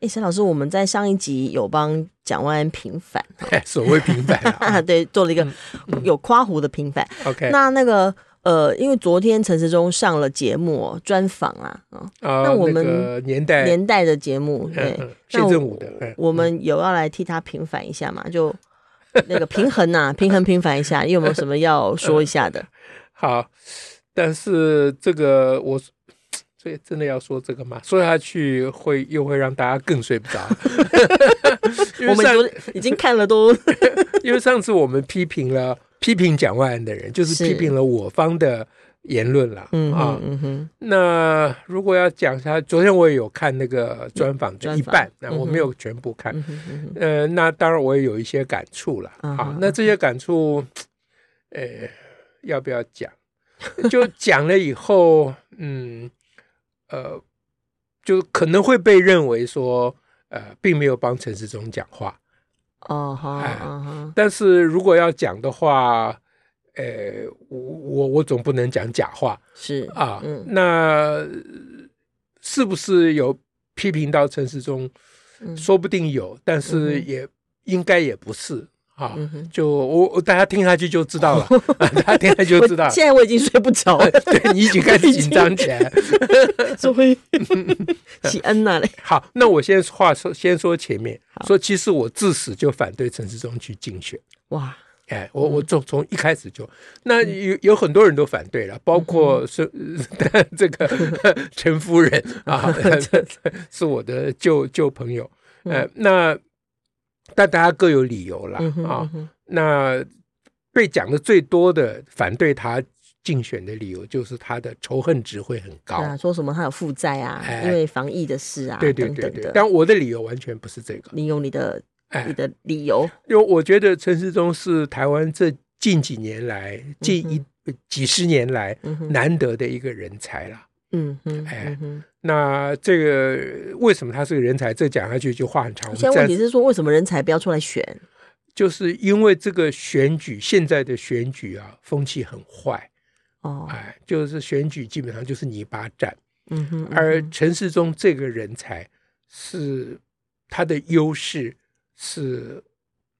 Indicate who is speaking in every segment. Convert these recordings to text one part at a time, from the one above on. Speaker 1: 哎，沈老师，我们在上一集有帮蒋万安平反，
Speaker 2: 所谓平凡 啊
Speaker 1: 对，嗯做了一个有夸胡的平反。
Speaker 2: ，OK，
Speaker 1: 那那个呃，因为昨天陈时中上了节目、哦、专访啊，哦
Speaker 2: 啊
Speaker 1: 那我们
Speaker 2: 个年代
Speaker 1: 年代的节目，对
Speaker 2: 嗯，嗯
Speaker 1: 那
Speaker 2: 谢振武的，嗯
Speaker 1: 我们有要来替他平反一下嘛？就那个平衡呐、平衡平反一下，你有没有什么要说一下的？
Speaker 2: 好，但是这个我这真的要说这个吗？说下去会又会让大家更睡不着，啊 因
Speaker 1: 我
Speaker 2: 为
Speaker 1: 们
Speaker 2: 上
Speaker 1: 昨已经看了 都
Speaker 2: 因为上次我们批评了批评蒋万安的人，就是
Speaker 1: 是
Speaker 2: 批评了我方的言论了，
Speaker 1: 嗯
Speaker 2: 啊
Speaker 1: 哼，嗯哼，
Speaker 2: 那如果要讲一下，昨天我也有看那个专访的
Speaker 1: 专
Speaker 2: 一
Speaker 1: 访
Speaker 2: 半，那
Speaker 1: 嗯哼
Speaker 2: 我没有全部看。
Speaker 1: 嗯哼嗯哼，
Speaker 2: 呃，那当然我也有一些感触了。
Speaker 1: 嗯
Speaker 2: 好
Speaker 1: 哼，
Speaker 2: 那这些感触，呃，要不要讲？ 就讲了以后，嗯，呃，就可能会被认为说，呃，并没有帮陈世忠讲话。
Speaker 1: 哦好，
Speaker 2: 哎
Speaker 1: 嗯
Speaker 2: 但是如果要讲的话，呃，我我我总不能讲假话。
Speaker 1: 哼，是
Speaker 2: 啊，
Speaker 1: 嗯
Speaker 2: 那是不是有批评到陈世忠？
Speaker 1: 嗯
Speaker 2: 说不定有，但是
Speaker 1: 嗯哼
Speaker 2: 也、应该也不是啊。
Speaker 1: 嗯哼，
Speaker 2: 就我我大家听下去就 知道了，啊大哎家听下去就知道了。
Speaker 1: 现在我已经睡不着了，
Speaker 2: 对你已经开始紧张起来了。
Speaker 1: 所 以启恩呐嘞，
Speaker 2: 好，那我先话说，先说前面
Speaker 1: 好
Speaker 2: 说，其实我自始就反对陈世忠去竞选。
Speaker 1: 哇，
Speaker 2: 哎，我
Speaker 1: 嗯
Speaker 2: 我从从一开始就，那有有很多人都反对了，包
Speaker 1: 嗯
Speaker 2: 括是、 呃这 个陈夫人啊， 是我的旧旧朋友，呃，那但大家各有理由啦
Speaker 1: 嗯哼
Speaker 2: 啊
Speaker 1: 嗯，哼
Speaker 2: 那被讲的最多的反对他竞选的理由就是他的仇恨值会很高，
Speaker 1: 对啊，说什么他有负债啊，
Speaker 2: 哎
Speaker 1: 因为防疫的事啊，
Speaker 2: 对对
Speaker 1: 等
Speaker 2: 对
Speaker 1: 等
Speaker 2: 对，
Speaker 1: 的，
Speaker 2: 但我的理由完全不是这个，
Speaker 1: 你有你的
Speaker 2: 哎
Speaker 1: 你，的理由，
Speaker 2: 因为我觉得陈世忠是台湾这近几年来、近一、几十年来
Speaker 1: 嗯哼，
Speaker 2: 难得的一个人才了。
Speaker 1: 嗯哼，
Speaker 2: 哎
Speaker 1: 嗯哼。
Speaker 2: 那这个为什么他是个人才？这讲下去就话很长。我们
Speaker 1: 现在问题
Speaker 2: 暂
Speaker 1: 是说，为什么人才不要出来选？
Speaker 2: 就是因为这个选举，现在的选举啊，风气很坏，
Speaker 1: 哦，
Speaker 2: 哎，就是选举基本上就是泥巴战。
Speaker 1: 嗯哼，嗯
Speaker 2: 而
Speaker 1: 哼
Speaker 2: 陈世忠这个人才是他的优势是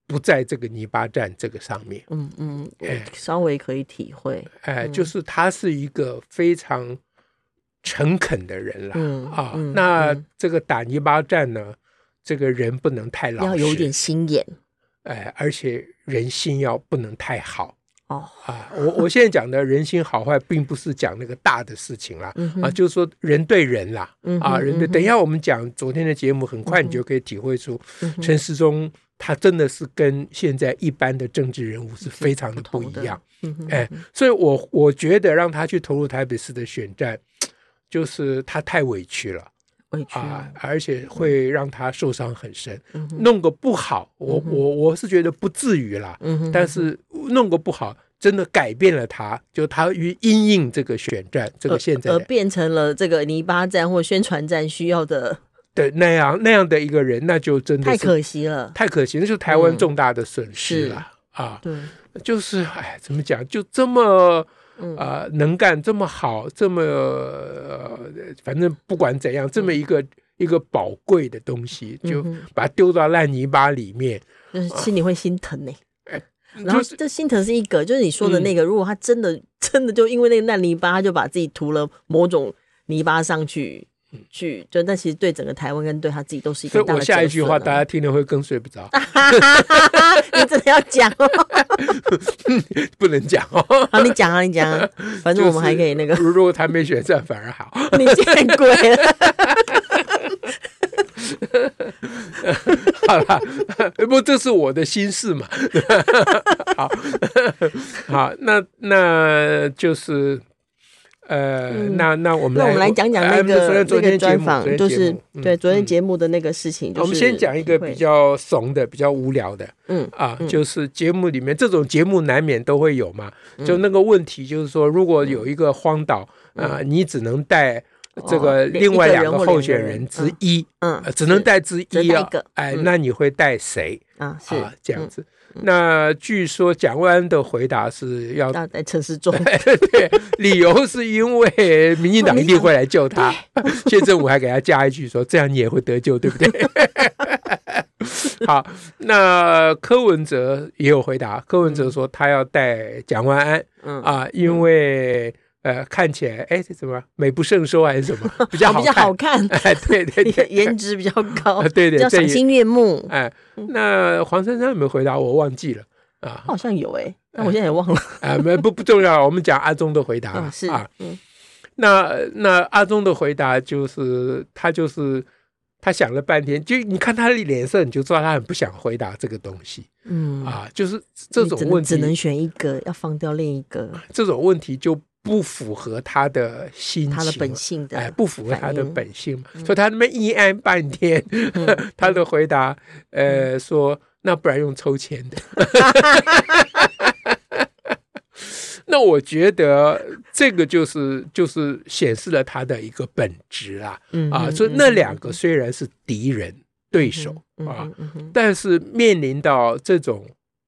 Speaker 2: 不在这个泥巴战这个上面。
Speaker 1: 嗯嗯，
Speaker 2: 哎
Speaker 1: 我稍微可以体会，
Speaker 2: 哎，
Speaker 1: 嗯
Speaker 2: 就是他是一个非常诚恳的人啦。
Speaker 1: 嗯
Speaker 2: 啊，
Speaker 1: 嗯
Speaker 2: 那
Speaker 1: 嗯
Speaker 2: 这个打泥巴战呢，这个人不能太老
Speaker 1: 要
Speaker 2: 实，
Speaker 1: 有点心眼
Speaker 2: 哎，而且人心要不能太好
Speaker 1: 哦，
Speaker 2: 啊。我我现在讲的人心好坏，并不是讲那个大的事情啦，
Speaker 1: 嗯哼
Speaker 2: 啊，就是说人对人啦，
Speaker 1: 嗯
Speaker 2: 啊，
Speaker 1: 哼
Speaker 2: 人对。
Speaker 1: 嗯
Speaker 2: 等一下我们讲昨天的节目，很快你就可以体会出
Speaker 1: 嗯哼
Speaker 2: 陈世忠他真的是跟现在一般的政治人物是非常的不一样。
Speaker 1: 嗯哼
Speaker 2: 哎，所以我我觉得让他去投入台北市的选战，就是他太委屈了
Speaker 1: 委屈
Speaker 2: 啊
Speaker 1: 了，，
Speaker 2: 而且会让他受伤很深。
Speaker 1: 嗯哼
Speaker 2: 弄个不好，我我我是觉得不至于啦，
Speaker 1: 嗯哼，
Speaker 2: 但是弄个不好，真的改变了他，就他于因应这个选战，这个现在
Speaker 1: 而
Speaker 2: 的
Speaker 1: 变成了这个泥巴站或宣传站需要的，
Speaker 2: 对那样那样的一个人，那就真的
Speaker 1: 太
Speaker 2: 是
Speaker 1: 可惜了。
Speaker 2: 太可惜，那就是台湾
Speaker 1: 嗯
Speaker 2: 重大的损失了。啊，
Speaker 1: 对，
Speaker 2: 就是哎，怎么讲？就这么
Speaker 1: 嗯
Speaker 2: 呃能干，这么好，这么、呃、反正不管怎样，这么一个、一个宝贵的东西，就
Speaker 1: 嗯哼
Speaker 2: 把它丢到烂泥巴里面，
Speaker 1: 就是心里会心疼呢。然后
Speaker 2: 就是嗯
Speaker 1: 这心疼是一个，就是你说的那个，如果他真的真的就因为那个烂泥巴，他就把自己涂了某种泥巴上去。去，就但其实对整个台湾跟对他自己都是一
Speaker 2: 嗯所
Speaker 1: 个
Speaker 2: 以
Speaker 1: 大的
Speaker 2: 我下一句话大
Speaker 1: 家
Speaker 2: 家听了会更睡不着，
Speaker 1: 啊 你真的要讲哦？
Speaker 2: 不能讲哦。
Speaker 1: 好，你讲啊，你讲啊，反正我们还可以那个
Speaker 2: 就，是如果他没选上反而好。
Speaker 1: 你见鬼了！
Speaker 2: 好啦，不，这是我的心事嘛。 好，好，那那就是呃，
Speaker 1: 嗯
Speaker 2: 那那我们
Speaker 1: 那我们来讲讲
Speaker 2: 哎
Speaker 1: 那个
Speaker 2: 昨
Speaker 1: 这
Speaker 2: 天昨
Speaker 1: 个
Speaker 2: 天节
Speaker 1: 专
Speaker 2: 目
Speaker 1: 访
Speaker 2: 昨，天
Speaker 1: 就是
Speaker 2: 节
Speaker 1: 对
Speaker 2: 目嗯
Speaker 1: 昨天
Speaker 2: 嗯
Speaker 1: 节目的那个事情，就是
Speaker 2: 我们先讲一个
Speaker 1: 体会
Speaker 2: 比较怂的、比较无聊的
Speaker 1: 嗯
Speaker 2: 啊，
Speaker 1: 嗯
Speaker 2: 就是节目里面这种节目难免都会有嘛。
Speaker 1: 嗯
Speaker 2: 就那个问题，就是说，如果有一个荒岛啊，你只能带这个
Speaker 1: 哦
Speaker 2: 另外两个候选
Speaker 1: 一
Speaker 2: 人
Speaker 1: 个人或
Speaker 2: 之
Speaker 1: 两
Speaker 2: 一，
Speaker 1: 嗯
Speaker 2: 呃只能带之
Speaker 1: 只能
Speaker 2: 一
Speaker 1: 带一
Speaker 2: 啊
Speaker 1: 个。
Speaker 2: 哎，
Speaker 1: 嗯
Speaker 2: 那你会带谁
Speaker 1: 啊是
Speaker 2: 啊？这样
Speaker 1: 嗯
Speaker 2: 子。那据说蒋万安的回答是要
Speaker 1: 要在城市中
Speaker 2: 对，理由是因为民进党一定会来救他。谢振武还给他加一句说：“这样你也会得救，对不对？” 好，那柯文哲也有回答，柯文哲说他要带蒋万安
Speaker 1: 嗯
Speaker 2: 啊、因为呃看起来哎这怎么美不胜收还是什么比较
Speaker 1: 啊
Speaker 2: 好
Speaker 1: 比较好
Speaker 2: 看？
Speaker 1: 看，
Speaker 2: 哎，对对 对，
Speaker 1: 颜值比较高
Speaker 2: 啊，对
Speaker 1: 比
Speaker 2: 对，
Speaker 1: 较
Speaker 2: 这
Speaker 1: 赏
Speaker 2: 也
Speaker 1: 心悦 嗯目，
Speaker 2: 哎，那黄珊珊有没有回答我忘记了 啊？
Speaker 1: 好像有 哎，但我现在也忘了
Speaker 2: 啊，没不不重要，我们讲阿中的回答
Speaker 1: 啊
Speaker 2: 了
Speaker 1: 是
Speaker 2: 啊。
Speaker 1: 嗯
Speaker 2: 那那阿忠的回答就是，他就是他想了半天，就你看他的脸色，你就知道他很不想回答这个东西、
Speaker 1: 嗯。
Speaker 2: 啊。就是这种
Speaker 1: 你只能
Speaker 2: 问
Speaker 1: 只能
Speaker 2: 题，
Speaker 1: 选一个，要放掉另一个，
Speaker 2: 这种问题就不符合他的心情，
Speaker 1: 他的本性
Speaker 2: 哎，
Speaker 1: 的。
Speaker 2: 不符合他的
Speaker 1: 反应
Speaker 2: 本性嘛。所以他那边一安半天，
Speaker 1: 嗯
Speaker 2: 他的回答，呃，说那不然用抽签 的。 那我觉得这个就是就是显示了他的一个本质啊
Speaker 1: 嗯
Speaker 2: 啊！
Speaker 1: 嗯
Speaker 2: 所以
Speaker 1: 嗯
Speaker 2: 那
Speaker 1: 嗯
Speaker 2: 两个虽然是敌人对手
Speaker 1: 嗯
Speaker 2: 啊，
Speaker 1: 嗯嗯
Speaker 2: 但是面临到这种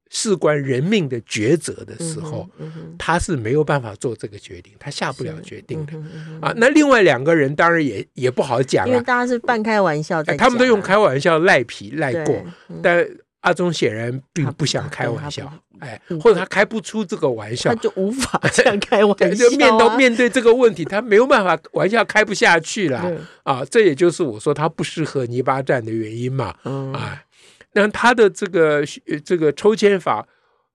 Speaker 2: 事关人命的抉择的
Speaker 1: 嗯
Speaker 2: 时候，
Speaker 1: 嗯哼
Speaker 2: 他是没有办法做这个决定，他下不了
Speaker 1: 是
Speaker 2: 决定的
Speaker 1: 嗯哼嗯哼
Speaker 2: 啊。那另外两个人当然也也不好讲
Speaker 1: 因为
Speaker 2: 了，
Speaker 1: 大家是半开玩笑在
Speaker 2: 哎
Speaker 1: 讲啊，
Speaker 2: 他们都用开玩笑赖皮赖
Speaker 1: 对
Speaker 2: 过，
Speaker 1: 嗯
Speaker 2: 但阿忠显然并
Speaker 1: 他
Speaker 2: 不想
Speaker 1: 他
Speaker 2: 开
Speaker 1: 对
Speaker 2: 玩
Speaker 1: 他
Speaker 2: 笑
Speaker 1: 不，
Speaker 2: 哎
Speaker 1: 嗯，
Speaker 2: 或者他开不出这个玩笑
Speaker 1: 他，就无 法这样开玩笑
Speaker 2: 对，
Speaker 1: 啊，
Speaker 2: 就面到面对这个问题，他没有办法玩笑开不下去了
Speaker 1: 对，
Speaker 2: 啊！这也就是我说他不适合泥巴战的原因嘛，
Speaker 1: 嗯
Speaker 2: 啊，那他的这个呃这个抽签法，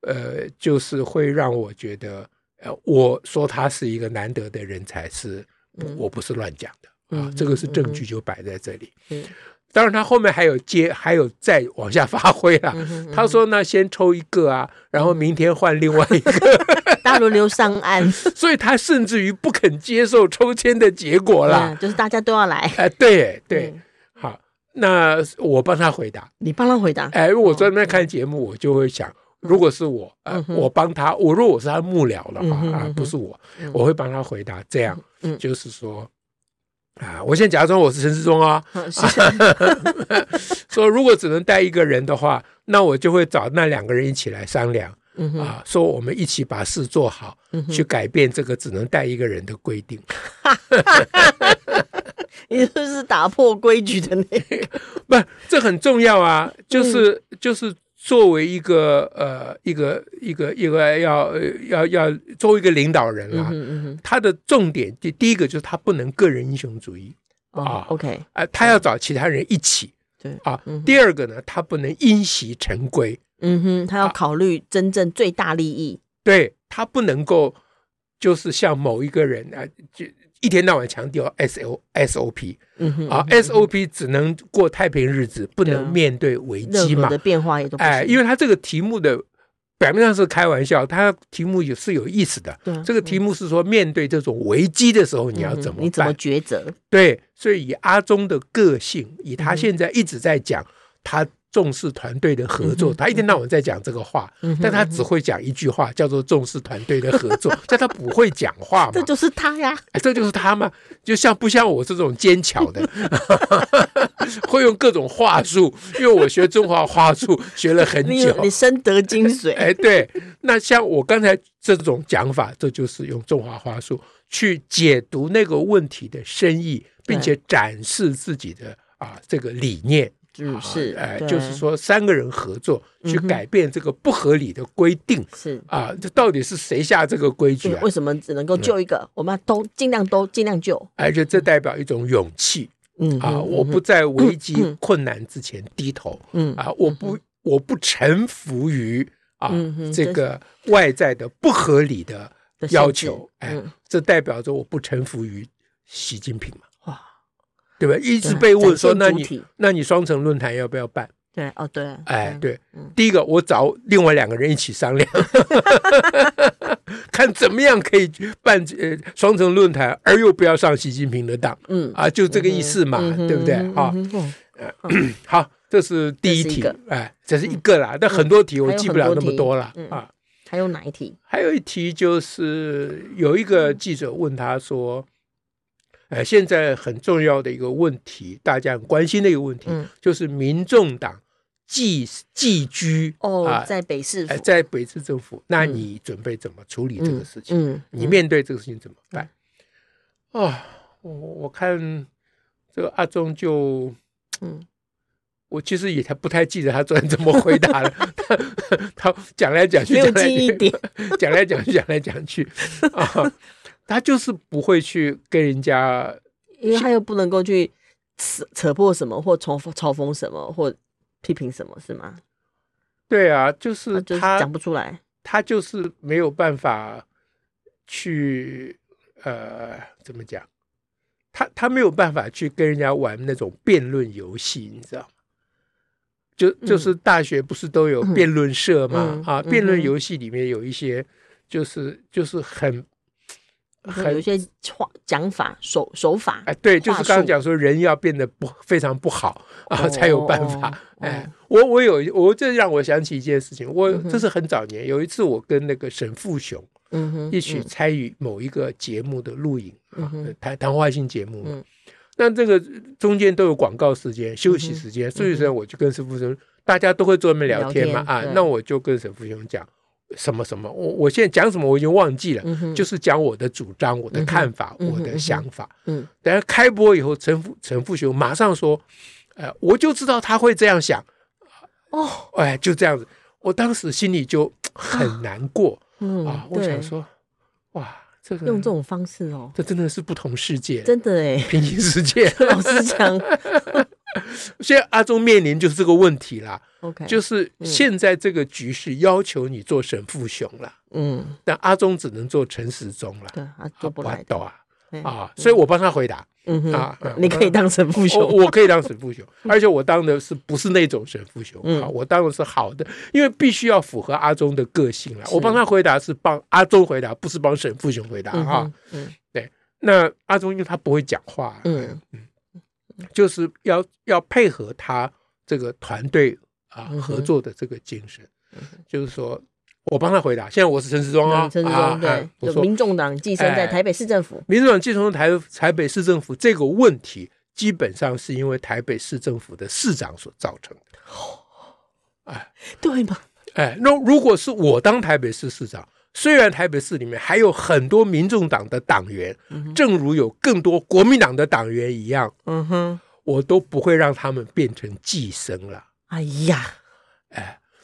Speaker 2: 呃，就是会让我觉得，呃，我说他是一个难得的人才是，不我不是乱讲的啊
Speaker 1: 嗯，
Speaker 2: 这个是证
Speaker 1: 嗯
Speaker 2: 据就摆在这里
Speaker 1: 嗯。
Speaker 2: 当然，他后面还有接，还有再往下发挥啊。
Speaker 1: 嗯哼
Speaker 2: 他说：“那先抽一个啊，然后明天换另外一
Speaker 1: 嗯
Speaker 2: 个。”
Speaker 1: 大家轮流上岸，
Speaker 2: 所以他甚至于不肯接受抽签的结果啦。
Speaker 1: 嗯就是大家都要来。
Speaker 2: 哎、对对
Speaker 1: 嗯，，
Speaker 2: 好，那我帮他回答。
Speaker 1: 你帮他回 答，
Speaker 2: 哎、我昨天看节目，我就会想，如果是我，呃
Speaker 1: 哦嗯，哼
Speaker 2: 我帮他，我如果我是他幕僚的
Speaker 1: 嗯
Speaker 2: 话
Speaker 1: 哼嗯
Speaker 2: 啊
Speaker 1: 哼，
Speaker 2: 不是我
Speaker 1: 嗯，
Speaker 2: 我会帮他回答。这样
Speaker 1: 嗯，
Speaker 2: 就是说，啊，我先假装我是陈世 忠啊、
Speaker 1: 嗯是
Speaker 2: 说如果只能带一个人的话，那我就会找那两个人一起来商量
Speaker 1: 嗯哼
Speaker 2: 啊，说我们一起把事做好，
Speaker 1: 嗯哼
Speaker 2: 去改变这个只能带一个人的规定。
Speaker 1: 你就是打破规矩的那个，
Speaker 2: 不，这很重要啊，就是、
Speaker 1: 嗯
Speaker 2: 就是作为一个呃一个一个一个要呃要要作为一个领导人
Speaker 1: 嗯
Speaker 2: 啊，
Speaker 1: 哼嗯
Speaker 2: 他的重点第第一个就是他不能个人英雄主义
Speaker 1: 哼，哦
Speaker 2: 啊
Speaker 1: ，OK，
Speaker 2: 啊、他要找其他人一起
Speaker 1: 对，
Speaker 2: 啊。
Speaker 1: 嗯哼
Speaker 2: 第二个呢，他不能因袭成规，
Speaker 1: 嗯哼，他要考虑真正最大利益，
Speaker 2: 对他不能够就是像某一个人啊，就一天到晚强调 S O S O P
Speaker 1: 嗯哼，
Speaker 2: 啊，S O P 只能过太平日子，不
Speaker 1: 对啊啊
Speaker 2: 能面对危机
Speaker 1: 任
Speaker 2: 嘛
Speaker 1: 何的。变化也都不
Speaker 2: 哎，
Speaker 1: 行，
Speaker 2: 因为他这个题目的表面上是开玩笑，他题目也是有意思的。
Speaker 1: 对啊
Speaker 2: 这个题目是说，面对这种危机的时候，你要怎
Speaker 1: 嗯
Speaker 2: 么
Speaker 1: 哼
Speaker 2: 办？
Speaker 1: 你怎么抉择？
Speaker 2: 对，所以以阿忠的个性，以他
Speaker 1: 嗯
Speaker 2: 现在一直在讲，他重视团队的合
Speaker 1: 嗯
Speaker 2: 作，
Speaker 1: 哼
Speaker 2: 他一天到晚在讲这个话，
Speaker 1: 嗯哼
Speaker 2: 但他
Speaker 1: 嗯哼
Speaker 2: 只会讲一句话，叫做重视团队的合作，但他不会讲话嘛
Speaker 1: 这。就是他呀，
Speaker 2: 哎这就是他嘛，就像不像我这种奸巧的， 会用各种话术，因为我学中华话术学了很
Speaker 1: 你
Speaker 2: 久，
Speaker 1: 你深得精髓，
Speaker 2: 哎，对，那像我刚才这种讲法，这就是用中华话术去解读那个问题的深意，并
Speaker 1: 对
Speaker 2: 且展示自己的啊这个理念。
Speaker 1: 嗯
Speaker 2: 啊
Speaker 1: 是
Speaker 2: 哎、
Speaker 1: 对
Speaker 2: 就是说三个人合作
Speaker 1: 嗯
Speaker 2: 去
Speaker 1: 哼
Speaker 2: 改变这个不合理的规定、
Speaker 1: 是。
Speaker 2: 啊，这到底是谁下这个规矩
Speaker 1: 对
Speaker 2: 啊？
Speaker 1: 为什么只能够救一个？我们要都尽量都尽量救。
Speaker 2: 而且这代表一种勇气
Speaker 1: 嗯
Speaker 2: 啊！
Speaker 1: 嗯
Speaker 2: 我不在危机困难之前低头
Speaker 1: 嗯
Speaker 2: 啊！我不我不臣服于啊
Speaker 1: 嗯哼
Speaker 2: 这个外在的不合理的
Speaker 1: 的限
Speaker 2: 要
Speaker 1: 制
Speaker 2: 求，哎
Speaker 1: 嗯，
Speaker 2: 这代表着我不臣服于习近平嘛，
Speaker 1: 哇，
Speaker 2: 对吧？一直
Speaker 1: 对啊
Speaker 2: 被问
Speaker 1: 展
Speaker 2: 说，
Speaker 1: 现
Speaker 2: 那
Speaker 1: 主
Speaker 2: 你
Speaker 1: 体
Speaker 2: 那你双城论坛要不要办？
Speaker 1: 对，哦对，
Speaker 2: 哎，
Speaker 1: 对
Speaker 2: 对，第一个我找另外两个人一起商量， 看怎么样可以办呃双城论坛，而又不要上习近平的当
Speaker 1: 嗯，
Speaker 2: 啊，就这个意思嘛，
Speaker 1: 嗯哼
Speaker 2: 对不对？
Speaker 1: 嗯哼
Speaker 2: 啊，
Speaker 1: 嗯哼
Speaker 2: 好，这是第一
Speaker 1: 这是一
Speaker 2: 题
Speaker 1: 个，嗯
Speaker 2: 哎，这是一个啦，但很多题我记不了那么多了
Speaker 1: 还有很多题嗯
Speaker 2: 啊。
Speaker 1: 还有哪一题？
Speaker 2: 还有一题就是有一个记者问他说。呃，现在很重要的一个问题，大家很关心的一个问题，
Speaker 1: 嗯
Speaker 2: 就是民众党寄寄居
Speaker 1: 哦
Speaker 2: 啊，
Speaker 1: 在北市府
Speaker 2: 哎，，在北市政府，那你准备怎么处理这个事情？
Speaker 1: 嗯，
Speaker 2: 你面对这个事情怎么办？啊，我我看这个阿忠就，
Speaker 1: 嗯，
Speaker 2: 我其实也还不太记得他昨天怎么 回答了。他他讲来 讲去，
Speaker 1: 没有
Speaker 2: 讲来
Speaker 1: 记忆点，
Speaker 2: 讲来讲去，讲来讲去啊，他就是不会去跟人家
Speaker 1: 因为他又不能够去扯扯破什么，或嘲嘲讽什么，或批评什么，是吗？
Speaker 2: 对啊，就是
Speaker 1: 他就是
Speaker 2: 他
Speaker 1: 讲不出来，
Speaker 2: 他就是没有办法去呃，怎么讲？他他没有办法去跟人家玩那种辩论游戏，你知道吗？就就是大学不是都有辩论社嘛？
Speaker 1: 嗯
Speaker 2: 啊，
Speaker 1: 嗯
Speaker 2: 辩论
Speaker 1: 嗯哼
Speaker 2: 游戏里面有一些就是就是很
Speaker 1: 有
Speaker 2: 很
Speaker 1: 一些话讲法、手手法
Speaker 2: 哎，，对，就是
Speaker 1: 话术
Speaker 2: 刚刚讲说，人要变得不非常不好啊，
Speaker 1: 哦
Speaker 2: 才有办法。哎，我我有我这让我想起一件事情，我这是很早年有一次，我跟那个沈富雄
Speaker 1: 嗯哼，
Speaker 2: 一起参与某一个节目的录影
Speaker 1: 嗯
Speaker 2: 啊
Speaker 1: 哼，
Speaker 2: 谈谈话性节目嘛
Speaker 1: 嗯。
Speaker 2: 那这个中间都有广告时间、休息时间，休息时间我就跟沈富雄，大家都会坐那边聊天嘛
Speaker 1: 嗯聊天
Speaker 2: 啊
Speaker 1: 对，
Speaker 2: 那我就跟沈富雄讲什么什么，我我现在讲什么我已经忘记了，
Speaker 1: 嗯哼，
Speaker 2: 就是是讲我的主张、我
Speaker 1: 嗯
Speaker 2: 的
Speaker 1: 哼
Speaker 2: 看法、
Speaker 1: 嗯哼
Speaker 2: 我的想法。
Speaker 1: 嗯
Speaker 2: 等下开播以后，陈富陈富雄马上说：“呃，我就知道他会这样想。
Speaker 1: 哦”啊
Speaker 2: 哎，就这样子，我当时心里就很难过
Speaker 1: 嗯
Speaker 2: 啊！我
Speaker 1: 对
Speaker 2: 想说，嗯哇，这个
Speaker 1: 用这种方式哦，
Speaker 2: 这真的是不同世界，
Speaker 1: 真的哎，
Speaker 2: 平行世界。
Speaker 1: 老实 讲
Speaker 2: 现在阿忠面临就是这个问题啦，
Speaker 1: ，OK，
Speaker 2: 就是
Speaker 1: 嗯
Speaker 2: 现在这个局势要求你做沈富雄了，
Speaker 1: 嗯，
Speaker 2: 但阿忠只能做陈时中了，
Speaker 1: 对，他做不
Speaker 2: 啊
Speaker 1: 来的
Speaker 2: 懂啊
Speaker 1: 对
Speaker 2: 啊！所以我帮他回答。
Speaker 1: 嗯
Speaker 2: 啊
Speaker 1: 哼，你可以当成副
Speaker 2: 我
Speaker 1: 雄，
Speaker 2: 我可以当沈富雄，而且我当的是不是那种沈富雄
Speaker 1: 嗯
Speaker 2: 啊？我当的是好的，因为必须要符合阿忠的个性了。
Speaker 1: 是
Speaker 2: 我帮他回答是帮阿忠回答，不是帮沈富雄回答
Speaker 1: 嗯
Speaker 2: 啊
Speaker 1: 哼。，嗯
Speaker 2: 那阿忠因为他不会讲话，哎
Speaker 1: 嗯
Speaker 2: 就是要要配合他这个团队啊
Speaker 1: 嗯哼
Speaker 2: 合作的这个精神，就是说我帮他回答。现在我是陈时中啊
Speaker 1: 嗯，，陈志
Speaker 2: 啊
Speaker 1: 忠
Speaker 2: 哎
Speaker 1: 对，
Speaker 2: 我
Speaker 1: 有
Speaker 2: 说
Speaker 1: 民众党寄生在
Speaker 2: 哎
Speaker 1: 台北市政府，
Speaker 2: 民主党继承台台北市政府这个问题，基本上是因为台北市政府的市长所造成的。
Speaker 1: 对吗？
Speaker 2: 哎，那如果是我当台北市市长，虽然台北市里面还有很多民众党的党员，正如有更多国民党的党员一样，
Speaker 1: 嗯哼，
Speaker 2: 我都不会让他们变成寄生了。哎
Speaker 1: 哎呀，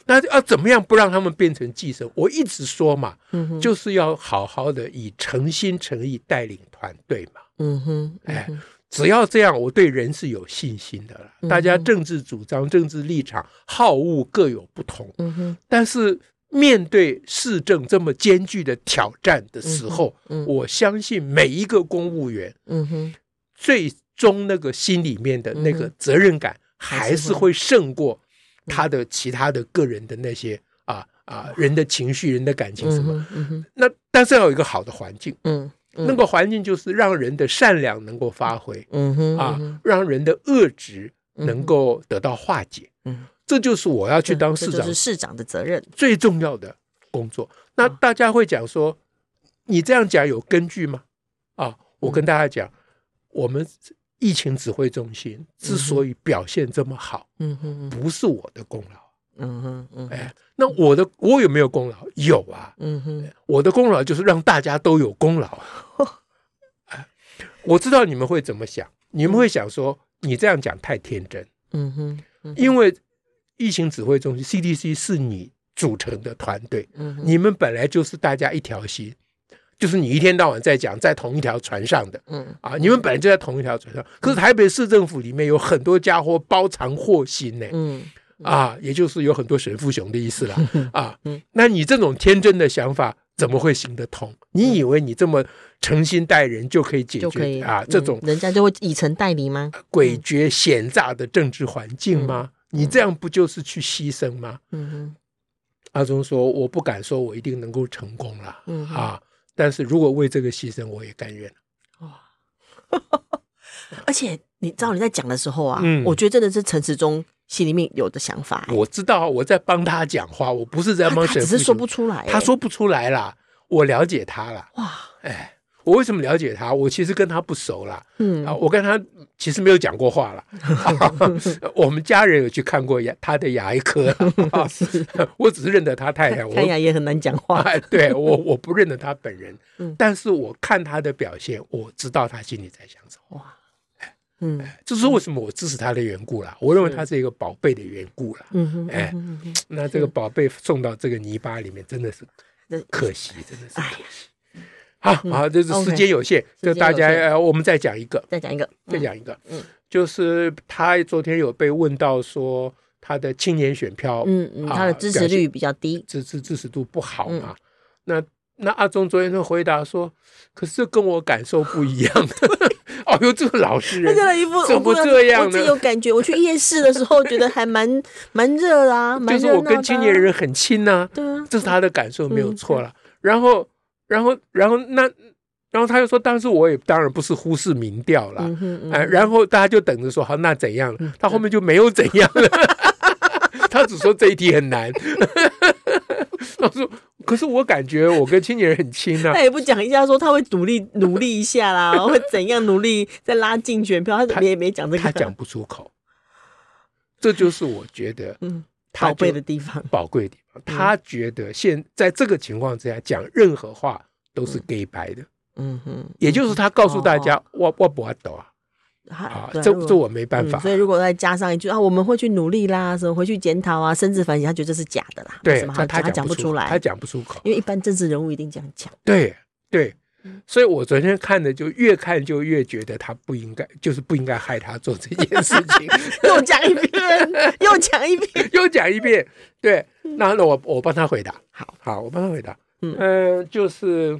Speaker 2: 那要怎么样不让他们变成寄生？我一直说嘛，
Speaker 1: 嗯哼，
Speaker 2: 就是要好好的以诚心诚意带领团队嘛。
Speaker 1: 嗯哼，
Speaker 2: 哎，只要这样，我对人是有信心的了。大家政治主张、政治立场、好恶各有不同，
Speaker 1: 嗯哼，
Speaker 2: 但是面对市政这么艰巨的挑战的时候，
Speaker 1: 嗯
Speaker 2: 我相信每一个公务员
Speaker 1: 嗯哼，
Speaker 2: 最终那个心里面的那个
Speaker 1: 嗯
Speaker 2: 责任感，
Speaker 1: 还
Speaker 2: 还
Speaker 1: 是
Speaker 2: 是
Speaker 1: 会
Speaker 2: 会胜过他的其他的个人的那些啊啊人的情绪、人的感情什
Speaker 1: 嗯
Speaker 2: 么。
Speaker 1: 哼，嗯哼，
Speaker 2: 那但是要有一个好的环境，
Speaker 1: 嗯
Speaker 2: 那个环境就是让人的善良能够发挥。
Speaker 1: 嗯哼，嗯
Speaker 2: 啊，让人的恶质能够得到化解。
Speaker 1: 嗯，
Speaker 2: 这就是我要去当市
Speaker 1: 这
Speaker 2: 长
Speaker 1: 就是市长的责任。
Speaker 2: 最重要的工作。那
Speaker 1: 嗯
Speaker 2: 大家会讲说，你这样讲有根据吗？啊，
Speaker 1: 嗯
Speaker 2: 我跟大家讲，我们疫情指挥中心之所以表现这么好，
Speaker 1: 嗯哼，
Speaker 2: 不是我的功劳。
Speaker 1: 嗯哼，嗯哼，
Speaker 2: 哎，那我的我有没有功劳？有啊，
Speaker 1: 嗯哼，
Speaker 2: 我的功劳就是让大家都有功劳。 哎我知道你们会怎么想，你们会想说，你这样讲太天真。
Speaker 1: 嗯哼，
Speaker 2: 因为疫情指挥中心 CDC 是你组成的团队，
Speaker 1: 嗯哼，
Speaker 2: 你们本来就是大家一条心，就是你一天到晚在讲在同一条船上的
Speaker 1: 嗯
Speaker 2: 啊，你们本来就在同一条船上。可是台北市政府里面有很多家伙包藏祸心呢、
Speaker 1: 嗯
Speaker 2: 啊，也就是有很多神父雄的意思 了啊。那你这种天真的想法怎么会行得通？你以为你这么诚心待人就可以解
Speaker 1: 就可以嗯
Speaker 2: 决啊这种
Speaker 1: 人家就会以诚代理吗？
Speaker 2: 诡谲险诈的政治环境吗？你这样不就是去牺牲吗？
Speaker 1: 嗯哼，
Speaker 2: 阿忠说：“我不敢说我一定能够成功了、
Speaker 1: 嗯哼
Speaker 2: 啊，但是如果为这个牺牲，我也甘愿。
Speaker 1: 而且你知道你在讲的时候啊，
Speaker 2: 嗯
Speaker 1: 我觉得真的是陈时中心里面有的想法、欸，
Speaker 2: 我知道我在帮他讲话，我不是在
Speaker 1: 他
Speaker 2: 帮
Speaker 1: 他
Speaker 2: 沈
Speaker 1: 只是
Speaker 2: 复雄
Speaker 1: 说不出来欸、
Speaker 2: 他说不出来啦，我了解他啦。
Speaker 1: 哇，
Speaker 2: 哎，我为什么了解他？我其实跟他不熟啦，
Speaker 1: 嗯
Speaker 2: 啊，我跟他其实没有讲过 话啦。 我们家人有去看过牙他的牙医科 啦 我只是认得他太太，我
Speaker 1: 看雅也很难讲话，
Speaker 2: 哎，对我我不认得他本人
Speaker 1: 嗯，
Speaker 2: 但是我看他的表现，我知道他心里在想什么。
Speaker 1: 嗯
Speaker 2: 这是为什么我支持他的缘故啦。我认为他是一个宝贝的缘故啦。
Speaker 1: 嗯哼，
Speaker 2: 哎
Speaker 1: 嗯哼嗯哼
Speaker 2: 那这个宝贝送到这个泥巴里面，真的是
Speaker 1: 那
Speaker 2: 可惜，真的是
Speaker 1: 哎嗯
Speaker 2: 可惜。好好，这是时间有限，
Speaker 1: OK
Speaker 2: 就大家
Speaker 1: 时间有限
Speaker 2: 呃，我们再讲一个，
Speaker 1: 再讲一个，
Speaker 2: 再讲一个
Speaker 1: 嗯，
Speaker 2: 就是他昨天有被问到说他的青年选票
Speaker 1: 嗯嗯，
Speaker 2: 啊
Speaker 1: 他的支持率嗯比较低，
Speaker 2: 支支支持度不好嘛，那那阿忠昨天就回答说，可是这跟我感受不一样。 哦呦，这个老实
Speaker 1: 他
Speaker 2: 人
Speaker 1: 真的一副
Speaker 2: 怎
Speaker 1: 我
Speaker 2: 么
Speaker 1: 不知道
Speaker 2: 这样呢
Speaker 1: 我自己有感觉，我去夜市的时候觉得还蛮蛮热的啊，蛮
Speaker 2: 就是
Speaker 1: 热闹
Speaker 2: 我
Speaker 1: 的啊
Speaker 2: 跟青年人很亲呐、
Speaker 1: 对啊，
Speaker 2: 这是他的感受，没
Speaker 1: 嗯
Speaker 2: 有错了。然后，然后，然后那，然后他又说，但是我也当然不是忽视民调啦。
Speaker 1: 嗯哼嗯
Speaker 2: 哎，然后大家就等着说，好，那怎样？他后面就没有怎样了， 他只说这一题很难。 他说，可是我感觉我跟青年人很亲 啊
Speaker 1: 他。也不讲一下说他会努力努力一下啦，会怎样努力再拉进选票，他怎么也没讲这个，
Speaker 2: 他 讲不出口，这就是我觉得
Speaker 1: 嗯
Speaker 2: 他
Speaker 1: 宝
Speaker 2: 就
Speaker 1: 贝的地方，嗯
Speaker 2: 宝贵的地方。他觉得现在这个情况之下，讲任何话都是 gay 白的，
Speaker 1: 嗯哼，
Speaker 2: 也就是他告诉大家，我我不懂啊，啊
Speaker 1: 哦啊，
Speaker 2: 这这我没办法
Speaker 1: 嗯。所以如果再加上一句啊，我们会去努力啦，什么回去检讨啊，甚至反省，他觉得这是假的啦，没
Speaker 2: 对
Speaker 1: 什么好
Speaker 2: 他
Speaker 1: 讲他
Speaker 2: 讲
Speaker 1: 讲不出
Speaker 2: 他
Speaker 1: 来，
Speaker 2: 讲不出口。
Speaker 1: 因为一嗯般政治人物一定这样讲，
Speaker 2: 对对，所以我昨天看的就越看就越觉得他不应该，就是不应该害他做这件事情。
Speaker 1: 又讲一遍，又讲一遍，
Speaker 2: 又讲一遍，对，那那我我帮他回答，
Speaker 1: 嗯好，
Speaker 2: 好，我帮他回答，
Speaker 1: 嗯
Speaker 2: 嗯、就是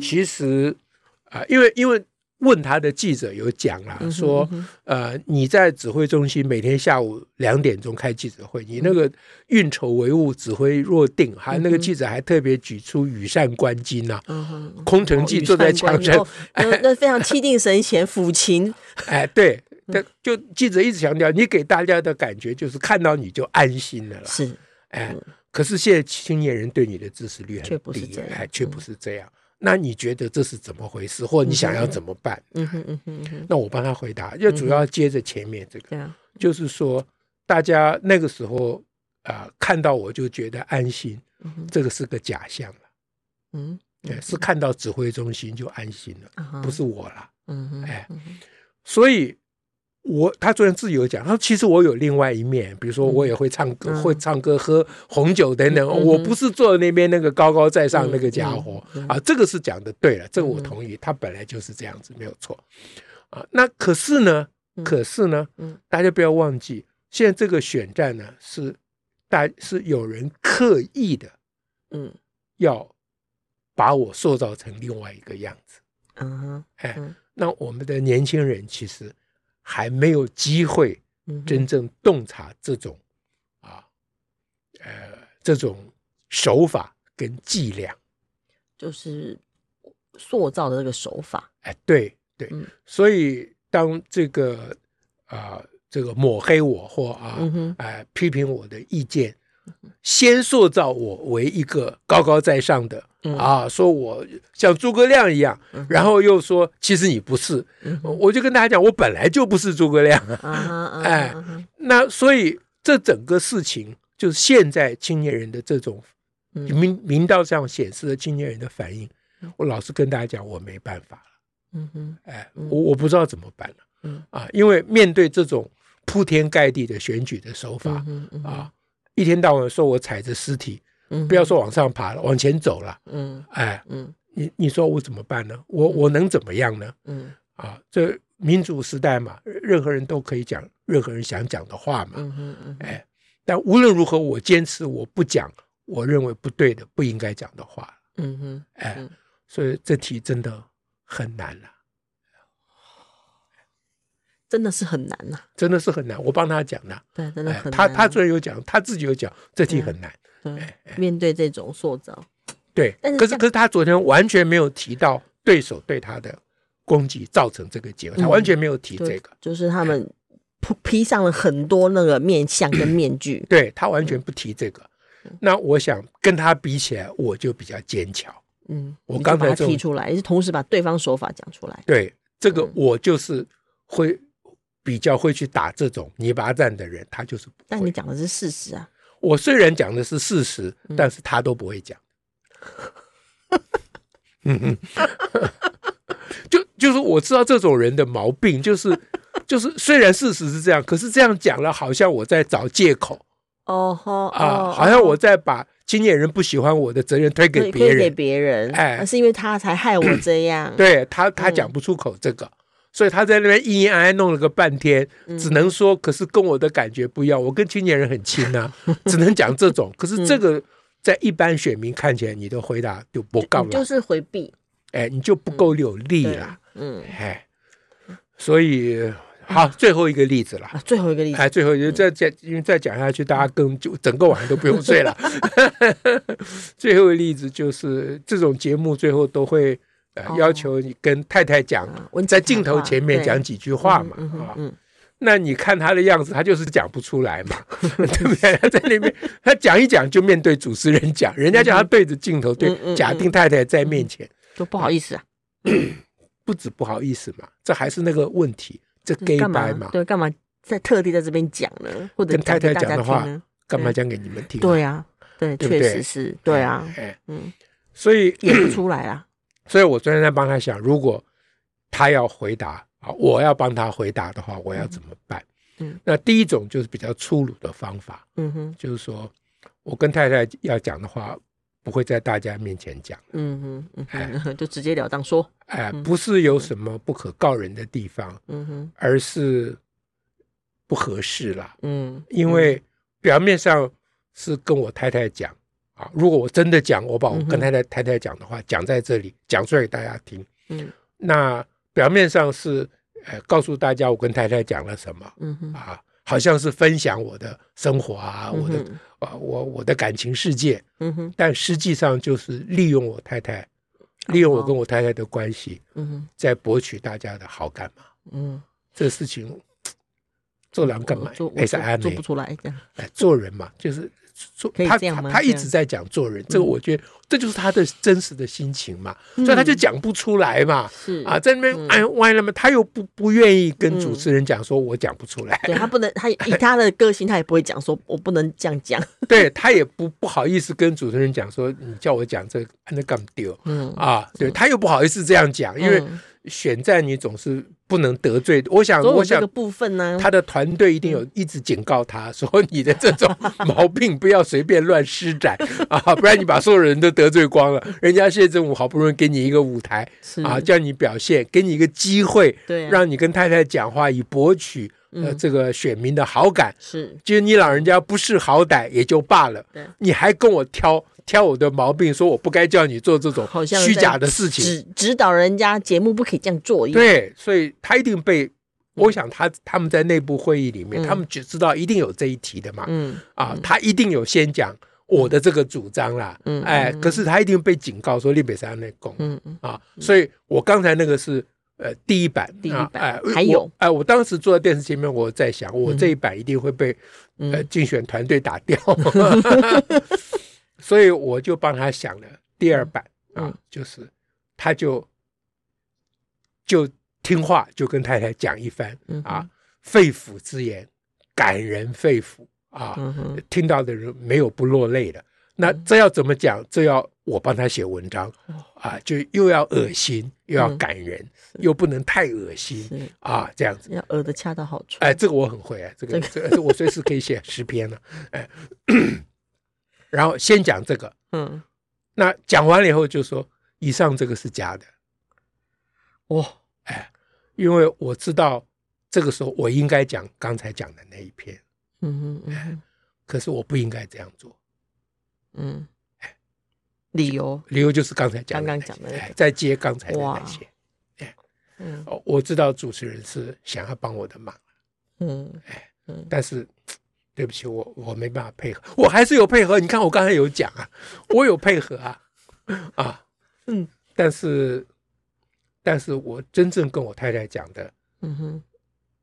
Speaker 2: 其实啊、因为因为问他的记者有讲啦，
Speaker 1: 嗯
Speaker 2: 说呃，你在指挥中心每天下午两点钟开记者会，你那
Speaker 1: 嗯
Speaker 2: 个运筹帷幄，指挥若定，还那个记者还特别举出羽扇纶巾啊，
Speaker 1: 嗯哼，
Speaker 2: 空城计坐在墙上
Speaker 1: 哦，那那非常气定神闲，抚琴，
Speaker 2: 哎，对。
Speaker 1: 嗯
Speaker 2: 但就记者一直强调，你给大家的感觉就是看到你就安心了啦。
Speaker 1: 是嗯
Speaker 2: 哎，可是现在青年人对你的支持率很低
Speaker 1: 却不是这样嗯
Speaker 2: 哎，却不是这样。那你觉得这是怎么回事，或你想要怎么办？
Speaker 1: 嗯哼嗯哼嗯哼，
Speaker 2: 那我帮他回答，就主要接着前面这个，
Speaker 1: 对啊，
Speaker 2: 就是说大家那个时候啊、看到我就觉得安心，
Speaker 1: 嗯哼
Speaker 2: 这个是个假象了，
Speaker 1: 嗯
Speaker 2: 对，是看到指挥中心就安心了，
Speaker 1: 啊哈，
Speaker 2: 不是我啦。
Speaker 1: 嗯哼，
Speaker 2: 哎
Speaker 1: 嗯哼
Speaker 2: 所以我他昨天自己有讲，他说其实我有另外一面，比如说我也会唱歌，
Speaker 1: 嗯
Speaker 2: 会唱歌、喝红酒等等，
Speaker 1: 嗯
Speaker 2: 我不是坐那边那个高高在上那个家伙、
Speaker 1: 嗯嗯嗯
Speaker 2: 啊，这个是讲的对了，这个我同意，他本来就是这样子，没有错啊。那可是呢，
Speaker 1: 嗯
Speaker 2: 可是呢，
Speaker 1: 嗯
Speaker 2: 大家不要忘记，现在这个选战呢是大是有人刻意的
Speaker 1: 嗯
Speaker 2: 要把我塑造成另外一个样子。
Speaker 1: 嗯哼
Speaker 2: 哎，
Speaker 1: 嗯
Speaker 2: 那我们的年轻人其实还没有机会
Speaker 1: 嗯哼，
Speaker 2: 真正洞察这种、啊，呃，这种手法跟伎俩。
Speaker 1: 就是塑造的这个手法，
Speaker 2: 哎，对对，
Speaker 1: 嗯
Speaker 2: 所以当这个啊、这个抹黑我或啊，
Speaker 1: 嗯哼嗯
Speaker 2: 哎、批评我的意见，先塑造我为一个高高在上的、
Speaker 1: 嗯
Speaker 2: 啊，说我像诸葛亮一样，然后又说其实你不是，
Speaker 1: 嗯
Speaker 2: 我就跟大家讲，我本来就不是诸葛亮啊。
Speaker 1: 啊哈啊哈，
Speaker 2: 哎
Speaker 1: 啊哈
Speaker 2: 那所以这整个事情，就是现在青年人的这种
Speaker 1: 嗯
Speaker 2: 民民调上显示的青年人的反应，我老实跟大家讲，我没办法。
Speaker 1: 嗯哼。
Speaker 2: 哎，我我不知道怎么办了、
Speaker 1: 嗯
Speaker 2: 啊，因为面对这种铺天盖地的选举的手法、
Speaker 1: 嗯嗯
Speaker 2: 啊，一天到晚说我踩着尸体，
Speaker 1: 嗯
Speaker 2: 不要说往上爬了，往前走了，
Speaker 1: 嗯
Speaker 2: 哎，
Speaker 1: 嗯
Speaker 2: 你你说我怎么办呢？我我能怎么样呢？
Speaker 1: 嗯
Speaker 2: 啊，这民主时代嘛，任何人都可以讲任何人想讲的话嘛，
Speaker 1: 嗯哼嗯
Speaker 2: 哎，但无论如何，我坚持我不讲我认为不对的、不应该讲的话，
Speaker 1: 嗯哼，
Speaker 2: 哎
Speaker 1: 嗯，
Speaker 2: 所以这题真的很难了、
Speaker 1: 真的是很难呐、
Speaker 2: 真的是很难。我帮他讲的，
Speaker 1: 对，真的
Speaker 2: 哎
Speaker 1: 很难、，嗯
Speaker 2: 他哎他虽然有讲，他自己有讲，这题很难。
Speaker 1: 对面对这种塑造，
Speaker 2: 对
Speaker 1: 但，是
Speaker 2: 可是
Speaker 1: 像
Speaker 2: 可是他昨天完全没有提到对手对他的攻击造成这个结果，他
Speaker 1: 嗯
Speaker 2: 完全没有提
Speaker 1: 对
Speaker 2: 这个，，
Speaker 1: 就是他们披披上了很多那个面相跟面具
Speaker 2: 对他完全不提这个。那我想跟他比起来，我就比较坚强。
Speaker 1: 嗯，
Speaker 2: 我
Speaker 1: 你就
Speaker 2: 刚才
Speaker 1: 把它
Speaker 2: 这种
Speaker 1: 提出来，也是同时把对方手法讲出来，
Speaker 2: 对，这个
Speaker 1: 嗯
Speaker 2: 我就是会比较会去打这种泥巴战的人，他就是不
Speaker 1: 但
Speaker 2: 会
Speaker 1: 你。讲的是事实啊，
Speaker 2: 我虽然讲的是事实，
Speaker 1: 嗯
Speaker 2: 但是他都不会讲。 嗯哼就就是我知道这种人的毛病，就是就是虽然事实是这样，可是这样讲了，好像我在找借口
Speaker 1: 哦吼，
Speaker 2: 啊，
Speaker 1: 哦
Speaker 2: 好像我在把青年人不喜欢我的责任推给
Speaker 1: 对
Speaker 2: 别
Speaker 1: 推给
Speaker 2: 人。
Speaker 1: 别人，
Speaker 2: 哎
Speaker 1: 哎，是因为他才害我这样，
Speaker 2: 对他，
Speaker 1: 嗯
Speaker 2: 他讲不出口这个，所以他在那边咿咿哎哎弄了个半天，
Speaker 1: 嗯
Speaker 2: 只能说，可是跟我的感觉不一样，我跟青年人很亲 啊，只能讲这种。可
Speaker 1: 嗯
Speaker 2: 是这个在一般选民看起来，你的回答就不够
Speaker 1: 你
Speaker 2: 了
Speaker 1: 就，是回避，
Speaker 2: 哎，你就不够有力了，
Speaker 1: 嗯
Speaker 2: 哎，所以好，最后一个例子 了。
Speaker 1: 啊，最后一个例子，
Speaker 2: 哎，最后就再讲，因为再讲下去，大家更就整个晚上都不用睡了。 最后一个例子就是这种节目最后都会呃
Speaker 1: 哦
Speaker 2: 要求你跟太太讲
Speaker 1: 啊文，字
Speaker 2: 在
Speaker 1: 谈
Speaker 2: 镜头
Speaker 1: 话
Speaker 2: 前面
Speaker 1: 对
Speaker 2: 讲几句话嘛
Speaker 1: 嗯哼
Speaker 2: 啊。
Speaker 1: 嗯，
Speaker 2: 那你看他的样子，他就是讲不出来嘛， 对不对？他在那边，他讲一讲就面对主持人讲，人家叫他对着镜头对
Speaker 1: 嗯，嗯
Speaker 2: 假定太太在面前，
Speaker 1: 就不好意思啊，
Speaker 2: 不止不好意思嘛，这还是那个问题，这 gay
Speaker 1: 干
Speaker 2: 掰
Speaker 1: 嘛
Speaker 2: 嘛，
Speaker 1: 对干嘛在特地在这边讲呢，或者
Speaker 2: 跟太
Speaker 1: 给
Speaker 2: 太
Speaker 1: 大
Speaker 2: 讲
Speaker 1: 家
Speaker 2: 的话
Speaker 1: 听呢，
Speaker 2: 干嘛讲给你们听啊？
Speaker 1: 对啊，对，
Speaker 2: 对不对
Speaker 1: 确实是，对啊，
Speaker 2: 哎，
Speaker 1: 嗯，
Speaker 2: 所以
Speaker 1: 演不出来啊啦，
Speaker 2: 所以我昨天在帮他想，如果他要回答啊，我要帮他回答的话，我要怎么办？
Speaker 1: 嗯
Speaker 2: 那第一种就是比较粗鲁的方法，
Speaker 1: 嗯哼，
Speaker 2: 就是说我跟太太要讲的话，不会在大家面前讲，
Speaker 1: 嗯哼，嗯哼， 就直截了当说，
Speaker 2: 哎、不是有什么不可告人的地方，
Speaker 1: 嗯哼，
Speaker 2: 而是不合适啦，
Speaker 1: 嗯，
Speaker 2: 因为表面上是跟我太太讲。啊，如果我真的讲，我把我跟太太、太太讲的话讲在这里，讲出来给大家听，
Speaker 1: 嗯
Speaker 2: 那表面上是呃告诉大家我跟太太讲了什么
Speaker 1: 嗯哼，
Speaker 2: 啊，好像是分享我的生活啊，
Speaker 1: 嗯
Speaker 2: 我的
Speaker 1: 哼
Speaker 2: 啊我我的感情世界，
Speaker 1: 嗯哼，
Speaker 2: 但实际上就是利用我太太，
Speaker 1: 哦
Speaker 2: 利用我跟我太太的关系，
Speaker 1: 嗯哼，
Speaker 2: 在博取大家的好感嘛。
Speaker 1: 嗯，
Speaker 2: 这事情做人干嘛
Speaker 1: 我做？我
Speaker 2: 哎，是
Speaker 1: 做
Speaker 2: 安
Speaker 1: 做
Speaker 2: 慰
Speaker 1: 不，出来这样，
Speaker 2: 哎，做人嘛，就是。做
Speaker 1: 可以
Speaker 2: 他
Speaker 1: 这样
Speaker 2: 他
Speaker 1: 吗
Speaker 2: 他一
Speaker 1: 这样嗯
Speaker 2: 直在讲做人，这个我觉得这就是他的真实的心情嘛，所以
Speaker 1: 嗯
Speaker 2: 他就讲不出来嘛。
Speaker 1: 是
Speaker 2: 啊，，在那边
Speaker 1: 嗯
Speaker 2: 哎歪了嘛，他又不不愿意跟主持人讲，说我讲不出来，
Speaker 1: 对他不能，他以
Speaker 2: 哎
Speaker 1: 他的个性，他也不会讲说，我不能这样 讲，
Speaker 2: 对他也不不好意思跟主持人讲说，你叫我讲这个那干丢
Speaker 1: 嗯
Speaker 2: 啊，对他又不好意思这样讲，因为
Speaker 1: 嗯
Speaker 2: 选战你总是不能得罪，我想
Speaker 1: 总
Speaker 2: 我
Speaker 1: 有这
Speaker 2: 想
Speaker 1: 个。部分呢，
Speaker 2: 他的团队一定
Speaker 1: 嗯
Speaker 2: 有一直警告他说：“你的这种 毛病不要随便乱施 展啊，不然你把所有人都得罪光了。人家谢振武好不容易给你一个舞台
Speaker 1: 是
Speaker 2: 啊，叫你表现，给你一个机会，
Speaker 1: 嗯对啊，
Speaker 2: 让你跟太太讲话，以博取呃
Speaker 1: 嗯
Speaker 2: 这个选民的好感。
Speaker 1: 是，
Speaker 2: 就你老人家不识好歹也就罢了
Speaker 1: 对，
Speaker 2: 你还跟我挑挑我的毛病，说我不该叫你做这种
Speaker 1: 好像
Speaker 2: 虚
Speaker 1: 在
Speaker 2: 假的事情。
Speaker 1: 指指导人家节目不可以这样做一样，
Speaker 2: 对，啊所以他一定被，我想他他们在内部会议里
Speaker 1: 嗯
Speaker 2: 面，他们只知道一定有这一题的嘛，
Speaker 1: 嗯
Speaker 2: 啊，他一定有先讲我的这个主张啦，
Speaker 1: 嗯
Speaker 2: 哎，
Speaker 1: 嗯
Speaker 2: 可是他一定被警告说立北山内供，
Speaker 1: 嗯嗯，
Speaker 2: 啊，所以我刚才那个是呃第一版，
Speaker 1: 第一
Speaker 2: 啊
Speaker 1: 版
Speaker 2: 哎、
Speaker 1: 还有
Speaker 2: 我哎、我当时坐在电视前面，我在想，我这一版一定会被、
Speaker 1: 嗯
Speaker 2: 呃竞选团队打 掉，所以我就帮他想了第二版啊，
Speaker 1: 嗯
Speaker 2: 就是他就就听话，就跟太太讲一番、
Speaker 1: 嗯哼
Speaker 2: 啊，肺腑之言，感人肺腑啊，
Speaker 1: 嗯哼，
Speaker 2: 听到的人没有不落泪的。那这要怎么讲？这要我帮他写文章
Speaker 1: 哦
Speaker 2: 啊，就又要恶心，又要感人，又不能太恶心
Speaker 1: 嗯是
Speaker 2: 啊，这样子。
Speaker 1: 要耳的恰到好处，
Speaker 2: 哎，这个我很会啊，这
Speaker 1: 这
Speaker 2: 个
Speaker 1: 个
Speaker 2: 这个这个我随时可以写十篇了。哎， 然后先讲这个，
Speaker 1: 嗯，
Speaker 2: 那讲完了以后就说，以上这个是假的，哎
Speaker 1: 哇，
Speaker 2: 因为我知道这个时候我应该讲刚才讲的那一篇，
Speaker 1: 嗯哼嗯哼
Speaker 2: 可是我不应该这样做。
Speaker 1: 嗯，理由
Speaker 2: 哎理由就是刚才讲的
Speaker 1: 刚刚
Speaker 2: 那些
Speaker 1: 讲的那个
Speaker 2: 哎再接刚才的那些，哎
Speaker 1: 嗯
Speaker 2: 哦，我知道主持人是想要帮我的忙，
Speaker 1: 嗯
Speaker 2: 但是嘖对不起，我我没办法配合，我还是有配合。你看我刚才有讲啊，我有配合啊，啊，
Speaker 1: 嗯，
Speaker 2: 但是，但是我真正跟我太太讲的，
Speaker 1: 嗯哼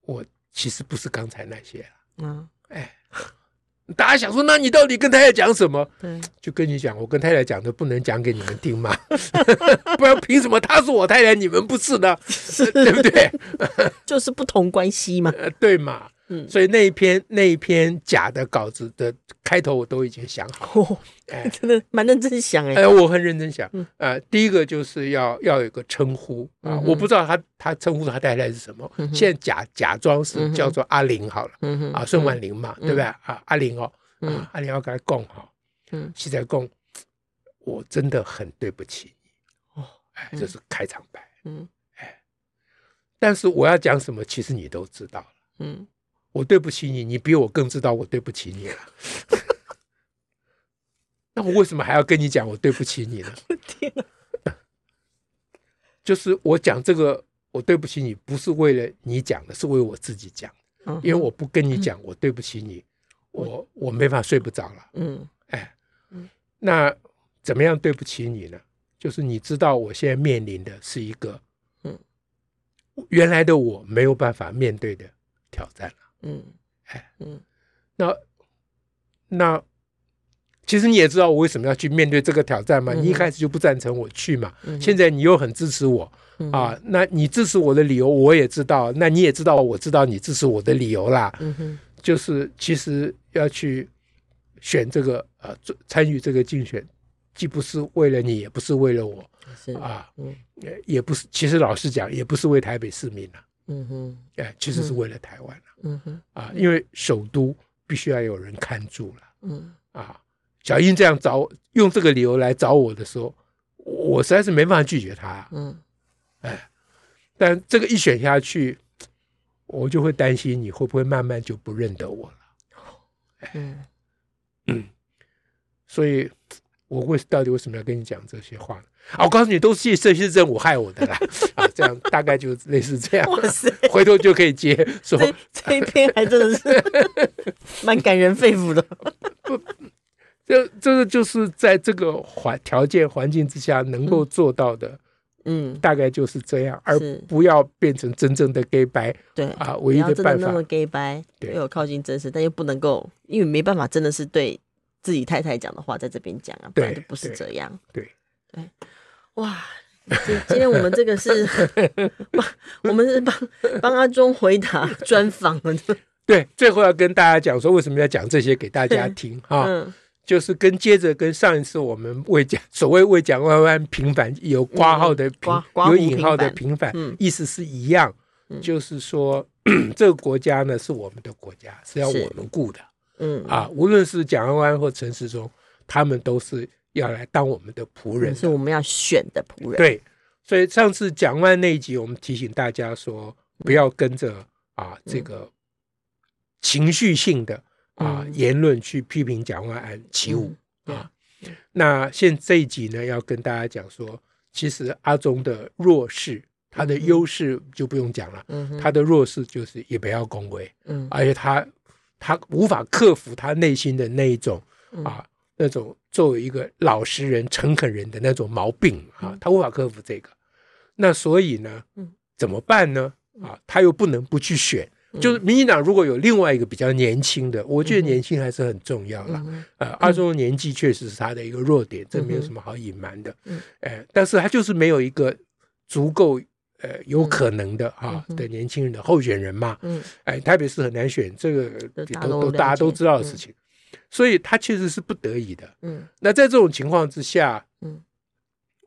Speaker 2: 我其实不是刚才那些啊、
Speaker 1: 啊，
Speaker 2: 哎，大家想说，那你到底跟太太讲什么？
Speaker 1: 对，
Speaker 2: 就跟你讲，我跟太太讲的不能讲给你们听嘛， 不然凭什么她是我太太，你们不是 呢？对不对？
Speaker 1: 就是不同关系嘛。
Speaker 2: 呃，对嘛。
Speaker 1: 嗯
Speaker 2: 所以那一篇那一篇假的稿子的开头我都已经想好，
Speaker 1: 哦，
Speaker 2: 哎
Speaker 1: 真的蛮认真想哎、
Speaker 2: 哎，我很认真想
Speaker 1: 嗯，
Speaker 2: 呃，第一个就是要要有一个称呼啊
Speaker 1: 嗯，哼
Speaker 2: 我不知道他他称呼他太太是什么
Speaker 1: 嗯，哼
Speaker 2: 现在假假装
Speaker 1: 嗯
Speaker 2: 是
Speaker 1: 哼
Speaker 2: 叫做阿玲好了
Speaker 1: 嗯哼
Speaker 2: 啊，孙婉玲嘛，
Speaker 1: 嗯
Speaker 2: 对不对啊？阿玲哦，
Speaker 1: 嗯
Speaker 2: 啊阿玲要跟他共哈，
Speaker 1: 嗯
Speaker 2: 现在共，我真的很对不起你，
Speaker 1: 哦
Speaker 2: 哎，这是开场白，
Speaker 1: 嗯
Speaker 2: 但是我要讲什么，其实你都知道了。
Speaker 1: 嗯
Speaker 2: 我对不起你，你比我更知道我对不起你了。 那我为什么还要跟你讲我对不起你呢？
Speaker 1: 嗯，天哪，
Speaker 2: 就是我讲这个我对不起你，不是为了你讲的，是为我自己讲。
Speaker 1: 嗯
Speaker 2: 因为我不跟你讲我对不起你，我我没法睡不着了。
Speaker 1: 嗯
Speaker 2: 哎
Speaker 1: 嗯，
Speaker 2: 那怎么样对不起你呢？就是你知道我现在面临的是一个，
Speaker 1: 嗯，
Speaker 2: 原来的我没有办法面对的挑战了。
Speaker 1: 嗯
Speaker 2: 哎
Speaker 1: 嗯
Speaker 2: 那那其实你也知道我为什么要去面对这个挑战嘛？
Speaker 1: 嗯
Speaker 2: 你一开始就不赞成我去嘛，
Speaker 1: 嗯
Speaker 2: 现在你又很支持我
Speaker 1: 嗯
Speaker 2: 啊，那你支持我的理由我也知道，那你也知道我知道你支持我的理由啦。
Speaker 1: 嗯哼
Speaker 2: 就是其实要去选这个呃做参与这个竞选，既不是为了你，也不是为了我
Speaker 1: 是
Speaker 2: 啊，
Speaker 1: 嗯
Speaker 2: 呃也不是，其实老实讲，也不是为台北市民啊，
Speaker 1: 嗯哼
Speaker 2: 哎、其实是为了台湾啊
Speaker 1: 嗯哼
Speaker 2: 啊，因为首都必须要有人看住了
Speaker 1: 嗯
Speaker 2: 啊。小英这样找我，用这个理由来找我的时候，我实在是没办法拒绝他啊、
Speaker 1: 嗯
Speaker 2: 但这个一选下去，我就会担心你会不会慢慢就不认得我了。
Speaker 1: 嗯
Speaker 2: 所以我为到底为什么要跟你讲这些话呢？啊，我告诉你，都是这些人我害我的啦！ 啊，这样大概就类似这 样，
Speaker 1: 哇塞，
Speaker 2: 回头就可以接说
Speaker 1: 这这一篇还真的是 蛮感人肺腑的。
Speaker 2: 这这个就是在这个环条件环境之下能够做到的，
Speaker 1: 嗯，
Speaker 2: 大概就是这样，而
Speaker 1: 是
Speaker 2: 不要变成真正的 gay 白
Speaker 1: 对。
Speaker 2: 啊，
Speaker 1: 不
Speaker 2: 唯一
Speaker 1: 要
Speaker 2: 的
Speaker 1: 真的
Speaker 2: 办
Speaker 1: 那
Speaker 2: 法
Speaker 1: 么 gay 白，
Speaker 2: 对
Speaker 1: 又有靠近真实，但又不能够，因为没办法，真的是对自己太太讲的话在这边讲啊，不然
Speaker 2: 对
Speaker 1: 就不是
Speaker 2: 对
Speaker 1: 这样。
Speaker 2: 对
Speaker 1: 对，哇！今今天我们这个 是帮我们是帮帮阿忠回答专访了，
Speaker 2: 对。最后要跟大家讲说，为什么要讲这些给大家听啊？
Speaker 1: 嗯，
Speaker 2: 就是跟接着跟上一次我们为讲 所谓为讲弯弯平反有挂号的平、
Speaker 1: 刮刮胡
Speaker 2: 有引号的平反，
Speaker 1: 嗯
Speaker 2: 意思是一样，
Speaker 1: 嗯
Speaker 2: 就是说嗯这个国家呢是我们的国家，是要
Speaker 1: 是
Speaker 2: 我们顾的
Speaker 1: 嗯，
Speaker 2: 啊。无论是蒋万安或陈时中，他们都是要来当我们的仆人
Speaker 1: 嗯是
Speaker 2: 的。
Speaker 1: 我们要选的仆人，
Speaker 2: 对，所以上次蒋万安那一集，我们提醒大家说，不要跟着
Speaker 1: 嗯
Speaker 2: 啊这个情绪性的啊、
Speaker 1: 嗯
Speaker 2: 言论去批评蒋万安起舞。
Speaker 1: 嗯对
Speaker 2: 啊。那现这一集呢，要跟大家讲说，其实阿中的弱势，他的优势就不用讲了，
Speaker 1: 嗯哼，
Speaker 2: 他啊的弱势就是也不要恭维，
Speaker 1: 嗯
Speaker 2: 而且他他无法克服他内心的那一种
Speaker 1: 嗯
Speaker 2: 啊那种作为一个老实人、诚恳人的那种毛病啊
Speaker 1: 嗯，
Speaker 2: 他无法克服这个。那所以呢
Speaker 1: 嗯，
Speaker 2: 怎么办呢？啊，他又不能不去选。
Speaker 1: 嗯
Speaker 2: 就是民进党如果有另外一个比较年轻的，我觉得年轻还是很重要啦。
Speaker 1: 嗯哼
Speaker 2: 呃，阿中的年纪确实是他的一个弱点，这没有
Speaker 1: 嗯哼
Speaker 2: 什么好隐瞒的。
Speaker 1: 嗯
Speaker 2: 哎，但是他就是没有一个足够呃有可能的哈、
Speaker 1: 嗯哼
Speaker 2: 的年轻人的候选人嘛。
Speaker 1: 嗯
Speaker 2: 哎，台北市很难选，这个
Speaker 1: 这大家
Speaker 2: 都
Speaker 1: 都
Speaker 2: 都大家
Speaker 1: 了解
Speaker 2: 都知道的事情，所以他确实是不得已的。
Speaker 1: 嗯
Speaker 2: 那在这种情况之下，
Speaker 1: 嗯，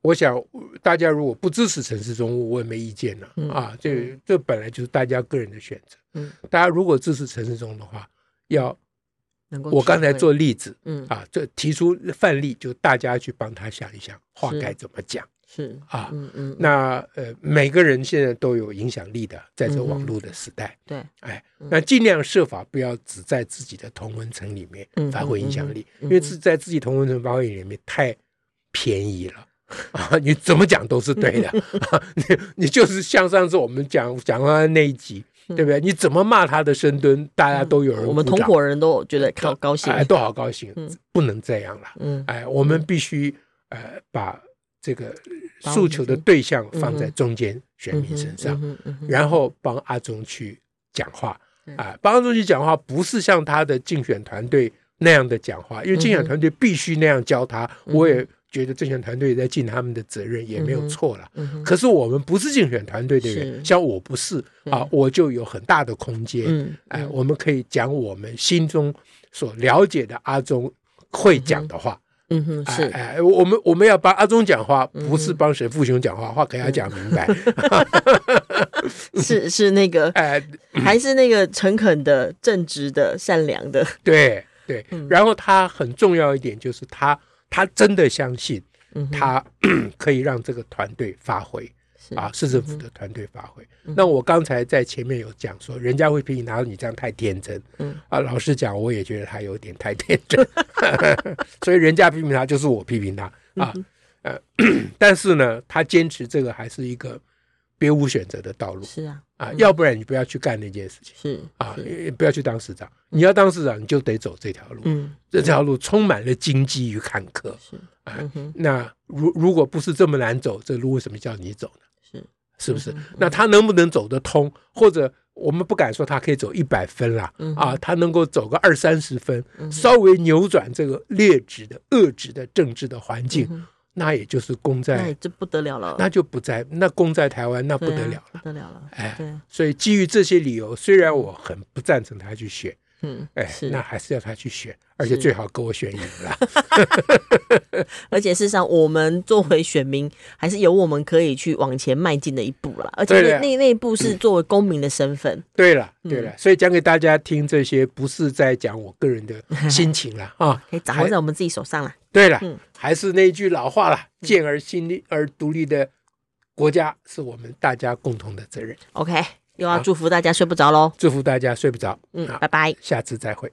Speaker 2: 我想呃大家如果不支持陈市中，我也没意见了、
Speaker 1: 嗯
Speaker 2: 啊。这这本来就是大家个人的选择。
Speaker 1: 嗯，
Speaker 2: 大家如果支持陈市中的话，要
Speaker 1: 能够
Speaker 2: 我刚才
Speaker 1: 体会
Speaker 2: 做例子，
Speaker 1: 嗯
Speaker 2: 啊，这提出范例，就大家去帮他想一想话该怎么讲
Speaker 1: 是
Speaker 2: 啊。
Speaker 1: 嗯嗯
Speaker 2: 那呃，每个人现在都有影响力的，在这网络的时代，
Speaker 1: 对
Speaker 2: 哎
Speaker 1: 嗯，
Speaker 2: 那尽量设法不要只在自己的同温层里面
Speaker 1: 嗯
Speaker 2: 发挥影响力，
Speaker 1: 嗯嗯
Speaker 2: 因为自在自己同温层发挥影响力太便宜了啊，你怎么讲都是 对的，啊、你你就是像上次我们讲讲到那一集，
Speaker 1: 嗯
Speaker 2: 对不对？你怎么骂他的深蹲，大家都有人
Speaker 1: 我们
Speaker 2: 鼓
Speaker 1: 同
Speaker 2: 掌
Speaker 1: 伙人都觉得高高兴。
Speaker 2: 哎，都好高兴
Speaker 1: 嗯，
Speaker 2: 不能这样了，
Speaker 1: 嗯
Speaker 2: 哎，我们必须呃把这个
Speaker 1: 把我们
Speaker 2: 诉求的对象放
Speaker 1: 嗯
Speaker 2: 在
Speaker 1: 哼
Speaker 2: 中间选
Speaker 1: 嗯
Speaker 2: 民身上，
Speaker 1: 哼嗯哼
Speaker 2: 然后帮阿中去讲话
Speaker 1: 对
Speaker 2: 啊，帮阿中去讲话不是像他的竞选团队那样的讲话，因为竞选
Speaker 1: 嗯哼嗯
Speaker 2: 团队必须那样教他。我也觉得竞选团队也在尽他们的责任，也没有错了。
Speaker 1: 嗯哼
Speaker 2: 可是我们不是竞选团队的人，
Speaker 1: 是
Speaker 2: 像我不是啊，我就有很大的空间。
Speaker 1: 嗯
Speaker 2: 哎，我们可以讲我们心中所了解的阿中会讲的话。
Speaker 1: 嗯哼
Speaker 2: 哎
Speaker 1: 是
Speaker 2: 哎，我们我们要帮阿中讲话，不是帮沈富雄讲话，话给他讲明白。
Speaker 1: 是是那 个
Speaker 2: 哎，
Speaker 1: 还是那个诚恳的、正直的、善良的，
Speaker 2: 对对，
Speaker 1: 嗯
Speaker 2: 然后他很重要一点就是他他真的相信
Speaker 1: 嗯哼
Speaker 2: 他 可以让这个团队发挥
Speaker 1: 是嗯
Speaker 2: 啊，市政府的团队发挥。那我刚才在前面有讲说，人家会批评他说你这样太天真
Speaker 1: 嗯，
Speaker 2: 啊，老实讲，我也觉得他有点太天 真， 所以人家批评他就是我批评他
Speaker 1: 嗯
Speaker 2: 啊，呃，但是呢，他坚持这个还是一个别无选择的道路
Speaker 1: 是啊，
Speaker 2: 啊，要不然你不要去干那件事情。
Speaker 1: 是
Speaker 2: 啊，也不要去当市长。你要当市长，你就得走这条路。
Speaker 1: 嗯
Speaker 2: 这条路充满了荆棘与坎坷。
Speaker 1: 是
Speaker 2: 哎
Speaker 1: 嗯哼
Speaker 2: 那如如果不是这么难走，这路为什么叫你走呢？
Speaker 1: 是嗯
Speaker 2: 是不是？那他能不能走得通？或者我们不敢说他可以走一百分啦，
Speaker 1: 嗯
Speaker 2: 啊，他能够走个二三十分，稍微扭转这个劣质的、恶质的政治的环境，那也就是
Speaker 1: 嗯
Speaker 2: 功
Speaker 1: 那
Speaker 2: 在，
Speaker 1: 这不得了了，
Speaker 2: 那就不在，那功在台湾，那不
Speaker 1: 对啊
Speaker 2: 得了了。
Speaker 1: 不得了了，
Speaker 2: 哎
Speaker 1: 对，啊
Speaker 2: 所以基于这些理由，虽然我很不赞成他去选，
Speaker 1: 嗯
Speaker 2: 哎，
Speaker 1: 是
Speaker 2: 那还是要他去选，而且最好给我选赢了。
Speaker 1: 而且事实上，我们作为选民，还是有我们可以去往前迈进的一步啦。而且
Speaker 2: 对嗯
Speaker 1: 那
Speaker 2: 的
Speaker 1: 那那一步是作为公民的身份，
Speaker 2: 对了，对
Speaker 1: 嗯
Speaker 2: 了，所以讲给大家听这些，不是在讲我个人的 心情了啊。
Speaker 1: 可以掌握
Speaker 2: 还
Speaker 1: 在我们自己手上啦。
Speaker 2: 对了
Speaker 1: 嗯，
Speaker 2: 还是那一句老话了：健而新立而独立的国家是我们大家共同的责任。
Speaker 1: OK，又要祝福大家睡不着喽。
Speaker 2: 祝福大家睡不着，
Speaker 1: 嗯
Speaker 2: 好，
Speaker 1: 拜拜。
Speaker 2: 下次再会。